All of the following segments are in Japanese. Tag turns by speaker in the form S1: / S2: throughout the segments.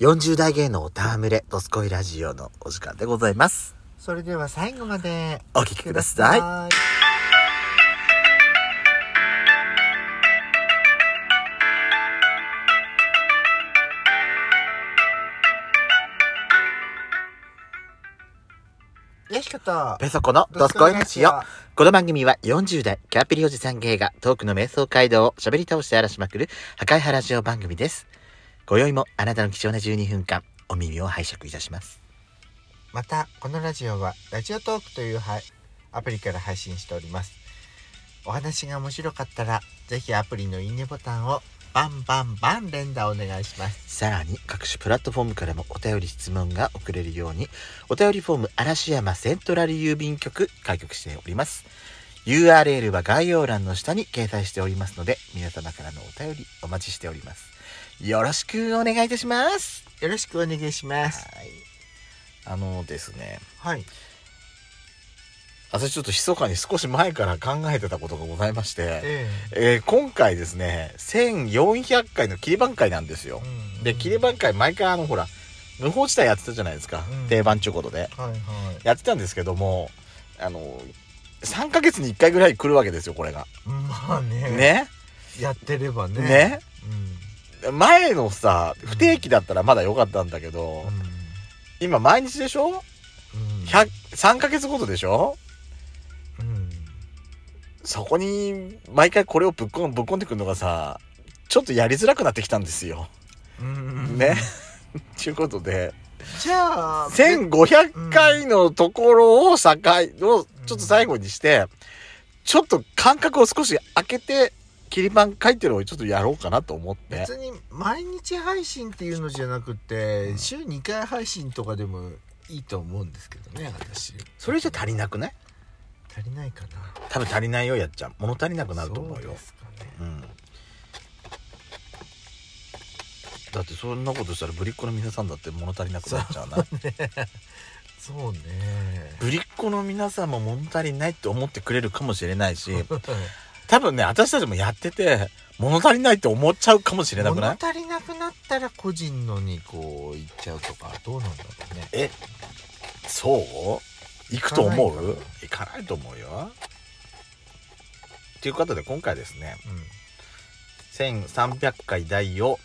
S1: 40代芸能タームレ、ドスコイラジオのお時間でございます。
S2: それでは最後まで
S1: お聞きください。
S2: いよしこと
S1: ペソコのドスコイラジオ。この番組は40代キャピリおじさん芸がトークの瞑想街道を喋り倒して荒らしまくる破壊派ラジオ番組です。今宵もあなたの貴重な12分間、お耳を拝借いたします。
S2: またこのラジオはラジオトークというはアプリから配信しておりますお話が面白かったらぜひアプリのいいねボタンをバンバンバン連打お願いします
S1: さらに各種プラットフォームからもお便り質問が送れるようにお便りフォーム嵐山セントラル郵便局開局しております URL は概要欄の下に掲載しておりますので皆様からのお便りお待ちしておりますよろしくお願いいたします
S2: よろしくお願いします
S1: いあのですね
S2: はい
S1: 私ちょっと密かに少し前から考えてたことがございまして、
S2: え
S1: えー今回ですね1400回の切り番回なんですよ、
S2: え
S1: で切り板会毎回あのほら無法地帯やってたじゃないですか、
S2: うん
S1: 定番ちゅうことで
S2: はいはい
S1: やってたんですけどもあの3ヶ月に1回ぐらい来るわけですよこれが
S2: まあね
S1: ね
S2: やってればね
S1: ね
S2: う
S1: 前のさ不定期だったらまだ良かったんだけど、
S2: んうん
S1: 今毎日でしょ
S2: うん
S1: 100 3ヶ月ごとでしょ
S2: うん
S1: そこに毎回これをぶっこんぶっこんでくるのがさちょっとやりづらくなってきたんですよ。
S2: うん
S1: ね。 ちゅうことで
S2: じゃあ
S1: 1500回のところを境をちょっと最後にして、ちょっと間隔を少し空けて、切り板書いてるのをちょっとやろうかなと思って。
S2: 別に毎日配信っていうのじゃなくて週2回配信とかでもいいと思うんですけどね私
S1: それじゃ足りなくない
S2: 足りないかな
S1: 多分足りないよ、やっちゃん。物足りなくなると思う
S2: そう
S1: よ
S2: で。すかね
S1: うん。だってそんなことしたらぶりっ子の皆さんだって物足りなくなっちゃうな。
S2: そうね
S1: ぶりっ子の皆さんも物足りないって思ってくれるかもしれないし、多分ね、私たちもやってて、物足りないって思っちゃうかもしれなく
S2: 物
S1: ない
S2: 足りなくなったら個人のにこう行っちゃうとかどうなんだろうね
S1: えそう行くと思う
S2: 行かないか
S1: 行かないと思うよということで今回ですね1300回台を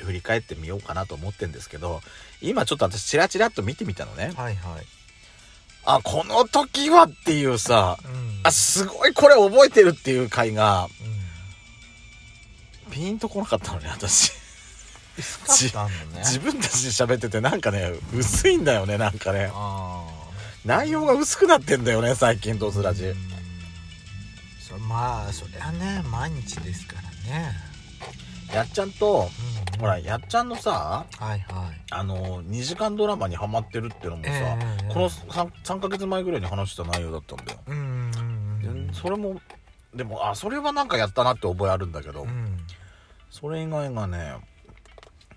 S1: 振り返ってみようかなと思ってんですけど今ちょっと私チラチラっと見てみたのね
S2: うんはいはい、
S1: あこの時はっていうさ
S2: うん
S1: あすごいこれ覚えてるっていう回が
S2: うん
S1: ピンとこなかったのね私
S2: 薄かったのね
S1: 自分たちで喋っててなんかね薄いんだよねなんかね
S2: あ
S1: 内容が薄くなってんだよね最近ド
S2: あ
S1: スラジ
S2: そまあそりゃね毎日ですからね、
S1: やっちゃんと
S2: うん
S1: ほらやっちゃんのさ
S2: はいはい
S1: あの2時間ドラマにハマってるっていうのもさ、
S2: ええ
S1: この 3, 3ヶ月前ぐらいに話した内容だったんだよ、
S2: うんうんうん
S1: それもでもあそれはなんかやったなって覚えあるんだけど、
S2: うん
S1: それ以外がね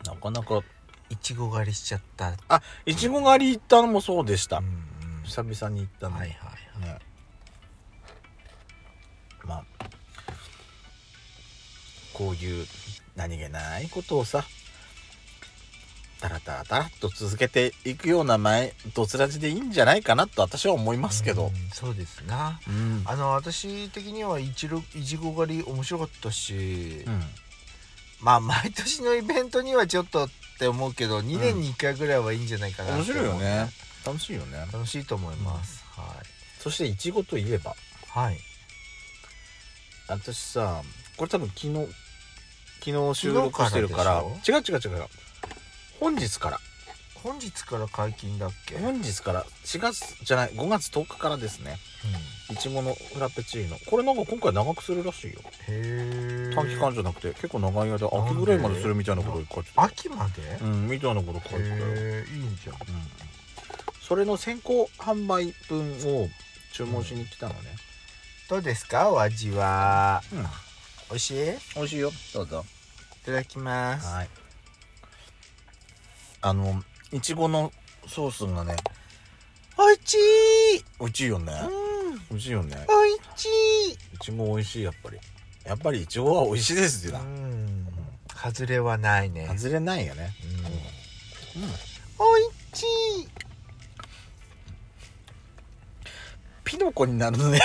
S1: なかなか
S2: いちご狩りしちゃった
S1: あいちご狩り行ったのもそうでした、
S2: うん
S1: 久々に行った
S2: うん
S1: の、
S2: はいはい
S1: ね
S2: はい
S1: まあこういう何気ないことをさタラタラタラっと続けていくような前どつらじでいいんじゃないかなと私は思いますけど、
S2: うんそうですな
S1: うん
S2: あの私的にはいちろいちご狩り面白かったし、
S1: うん
S2: まあ毎年のイベントにはちょっとって思うけど2年に1回ぐらいはいいんじゃないかな
S1: 面
S2: って思
S1: 白い
S2: う
S1: よね楽しいよね
S2: 楽しいと思います、
S1: そしていちごといえば
S2: はいはい
S1: 私さこれ多分昨日昨日収録してるから
S2: 昨日
S1: 違う違う違う本日から
S2: 本日から解禁だっけ、うん
S1: 本日から4月じゃない5月10日からですねいちごのフラペチーノこれなんか今回長くするらしいよ
S2: へえ
S1: 短期間じゃなくて結構長い間秋ぐらいまでするみたいなこと書いてたよ
S2: 秋まで、
S1: うんみたいなこと書いてたよ、
S2: へえいいんじゃん
S1: うん、それの先行販売分を注文しに来たのね
S2: どうですかお味は
S1: うん
S2: 美味しいい
S1: 美味しいよどうぞ
S2: ただきます
S1: はいあのいちごのソースがね
S2: おいちい
S1: 美味しいよね
S2: うん
S1: 美味しいよね
S2: おいちい
S1: いちご美味しいやっぱりやっぱりいちごは美味しいですって
S2: う
S1: な、
S2: ん外れはないね
S1: 外れないよね
S2: うんおいちい
S1: ピノコになるのね。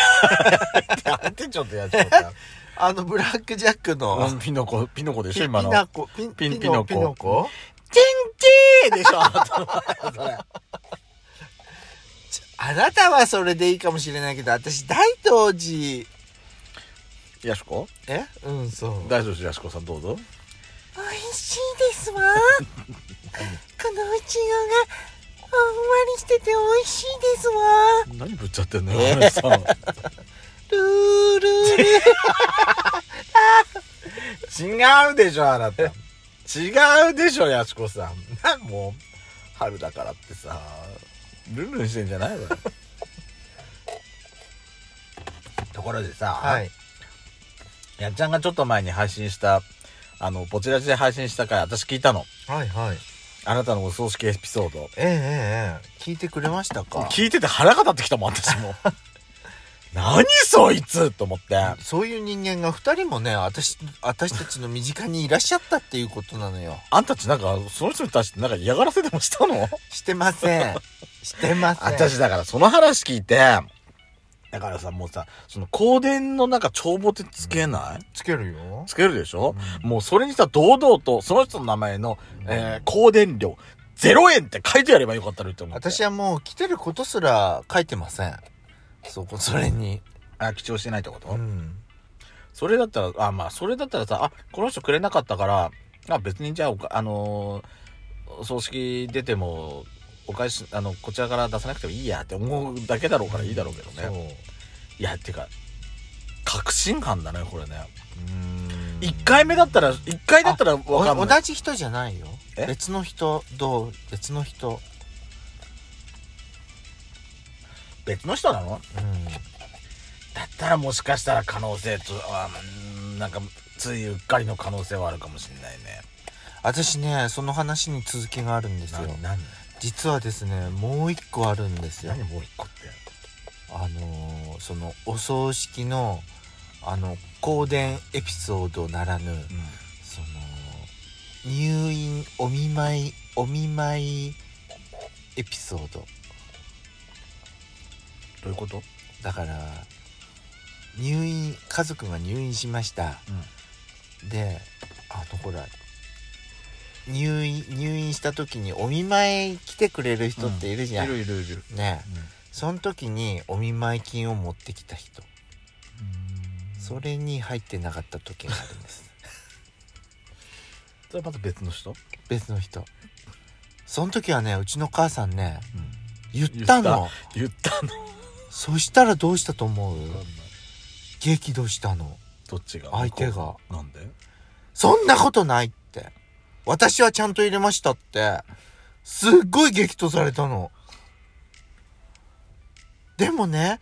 S1: なんてちょっとやっちゃっ
S2: あのブラックジャック
S1: た。
S2: の
S1: うんピノコ、ピノコで
S2: ピ
S1: しょ、
S2: ピ
S1: 今の。
S2: ナコピン
S1: ピン
S2: ピノ
S1: ピ
S2: ピ
S1: ノ
S2: ノ
S1: コ
S2: コ
S1: チンチーでしょ、それ。
S2: あなたはそれでいいかもしれないけど私大東寺
S1: ヤシコ
S2: えうんそう
S1: 大丈夫です、ヤシコさんどうぞ。
S2: 美味しいです わこのいちごがふんわりしてて美味しいですわ
S1: 何ぶっちゃってんのよ、お前さん。
S2: ルールールー
S1: 違うでしょあなた違うでしょやしこさんなもう春だからってさルンルンしてんじゃないわよ ところでさ、
S2: はい
S1: やっちゃんがちょっと前に配信したあのぼちらちで配信した回私聞いたの
S2: はいはい
S1: あなたのお葬式エピソード
S2: ええええええ聞いてくれましたか
S1: 聞いてて腹が立ってきたもん私 も何そいつと思って
S2: そういう人間が2人もね私私たちの身近にいらっしゃったっていうことなのよ
S1: あんたたちなんかその人に対してなんか嫌がらせでもしたの
S2: してませ んしてませ ん
S1: 私だからその話聞いて、だからさ、もうさ、その香典のなんか帳簿ってつけない、
S2: つけるよ
S1: つけるでしょ、
S2: うん
S1: もうそれにさ、堂々とその人の名前の、えー、香典料0円って書いてやればよかったのにって思って。
S2: 私はもう来てることすら書いてませんそこそれに
S1: あ、記帳してないってこと、
S2: うん
S1: それだったら、あ、まあ、それだったらさ、あ、この人くれなかったから、あ、別にじゃあおか、あのー葬式出ても、お返し、あの、こちらから出さなくてもいいやって思うだけだろうからいいだろうけどね。
S2: そう
S1: いや、てか、確信犯だね、これね。
S2: うん
S1: 1回目だったら1回だったら
S2: お
S1: わかんない
S2: 同じ人じゃないよ
S1: え
S2: 別の人どう別の人
S1: 別の人なの
S2: うん
S1: だったらもしかしたら可能性とあーうんなんかついうっかりの可能性はあるかもしれないね
S2: 私ねその話に続きがあるんですよ
S1: 何
S2: 実はですねもう一個あるんですよ
S1: 何もう一個って
S2: あのーそのお葬式のあの香典エピソードならぬその入院お見舞いお見舞いエピソード
S1: どういうこと
S2: だから入院家族が入院しましたであのほら入院入院した時にお見舞い来てくれる人っているじゃん、
S1: いるいるいる
S2: ねその時にお見舞い金を持ってきた人それに入ってなかった時があるんです
S1: それまた別の人
S2: 別の人その時はねうちの母さんね言ったの
S1: 言ったの
S2: そしたらどうしたと思う激怒したの
S1: どっちが
S2: 相手が
S1: なんで
S2: そんなことないって私はちゃんと入れましたってすっごい激怒されたのでもね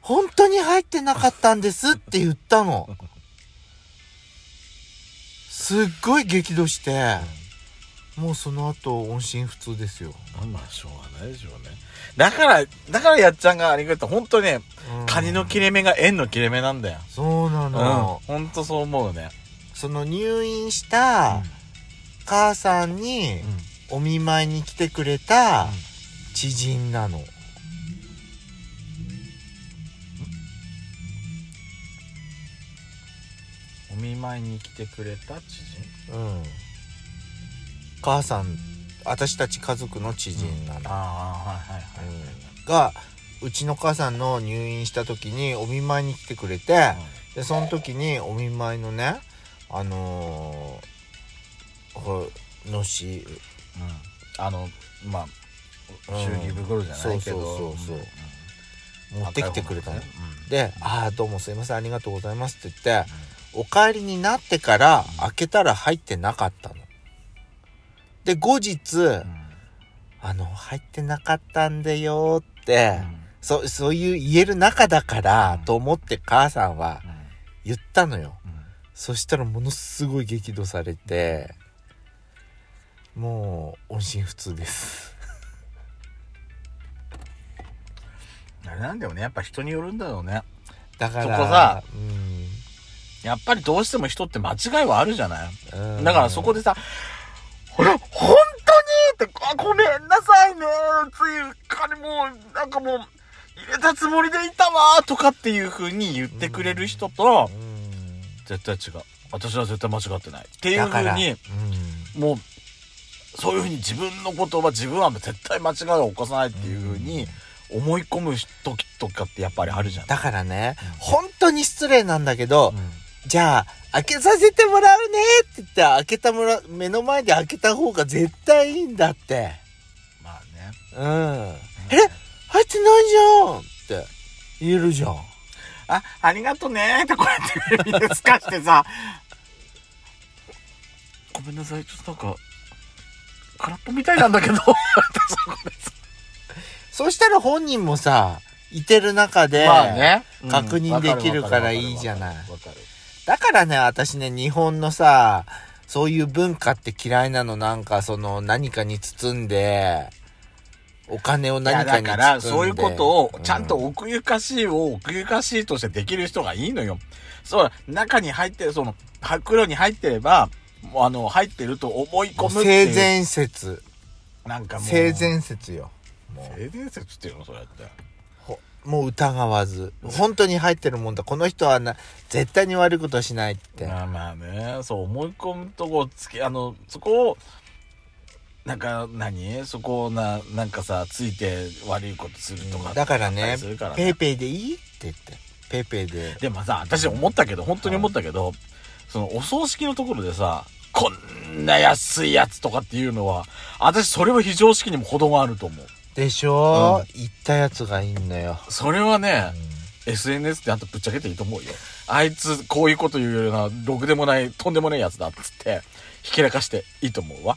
S2: 本当に入ってなかったんですって言ったのすっごい激怒してもうその後音信不通ですよ、
S1: まあしょうがないでしょうねだからだからやっちゃんがあれくれた本当ね
S2: うん
S1: カニの切れ目が円の切れ目なんだよ
S2: そうな
S1: うん
S2: の、
S1: ほんとそう思うね
S2: その入院した母さんにお見舞いに来てくれた知人なの
S1: お見舞いに来てくれた知
S2: うん母さん私たち家族の知人な
S1: 人
S2: の、
S1: ああはいはいはい
S2: がうちの母さんの入院した時にお見舞いに来てくれて、でその時にお見舞いのねあのーほらのし
S1: うんあのまあ
S2: うん
S1: 祝儀袋じゃないけど
S2: そうそうそうそうん持ってきてくれたの、
S1: 赤い方ね
S2: で「ああどうもすいませんありがとうございます」って言ってお帰りになってから開けたら入ってなかったの。で後日、
S1: うんうん
S2: あの、入ってなかったんだよーって、
S1: うん
S2: そ、そういう言える仲だから、
S1: うん
S2: と思って母さんは
S1: うん
S2: 言ったのよ。
S1: うん
S2: そしたらものすごい激怒されて、もう、音信不通です。
S1: あれなんだよねやっぱ人によるんだろうね
S2: だから、
S1: そこさ
S2: うん
S1: やっぱりどうしても人って間違いはあるじゃない
S2: うん
S1: だからそこでさ、ほら、本当にって、あこかもう、入れたつもりでいたわーとかっていう風に言ってくれる人と、
S2: うん
S1: 絶対違う。私は絶対間違ってない。っていう
S2: だから
S1: 風に、もう、そういう風に自分のことは自分は絶対間違いを起こさないっていう風に思い込む時とかってやっぱりあるじゃん。
S2: だからね、
S1: うん
S2: 本当に失礼なんだけど、
S1: うん
S2: じゃあ、開けさせてもらうねって言って、開けたもら、目の前で開けた方が絶対いいんだって。
S1: まあね。
S2: うん。え入ってないじゃんって言えるじゃん。
S1: あ、ありがとねーってこうやって指すかしてさ。ごめんなさい、ちょっとなんか、空っぽみたいなんだ けど。私これさ
S2: そうしたら本人もさ、いてる中で、
S1: まあね、
S2: 確認できるからいいじゃない
S1: わかる
S2: だからね、私ね、日本のさ、そういう文化って嫌いなの、なんか、その、何かに包んで、お金を
S1: いや
S2: 何
S1: だ
S2: かに包んで。
S1: から、そういうことを、ちゃんと
S2: う
S1: 奥ゆかしいを奥ゆかしいとしてできる人がいいのよ。そう、中に入ってる、その、袋に入ってれば、もうあの、入ってると思い込むってい
S2: 性
S1: う。
S2: 善説。
S1: なんかもう。
S2: 性。善説よ。もう
S1: 性善説っていうのそれって。
S2: ほもう疑わず。本当に入ってるもんだ。この人はな、絶対に悪いことはしないって。
S1: まあまあねそう思い込むとこつけあのそこをなんか何そこをななんかさついて悪いことするとか、
S2: だからね
S1: するから、
S2: ペイ
S1: ね、
S2: ペイでいいって言って。ペイペイで。
S1: でもさ私思ったけど本当に思ったけど、そのお葬式のところでさこんな安いやつとかっていうのは私それは非常識にも程があると思う
S2: でしょ、言ったやつがいいんだよ。
S1: それはね、
S2: うん
S1: SNS ってあんたぶっちゃけていいと思うよあいつこういうこと言うようなろくでもないとんでもないやつだっつってひけらかしていいと思うわ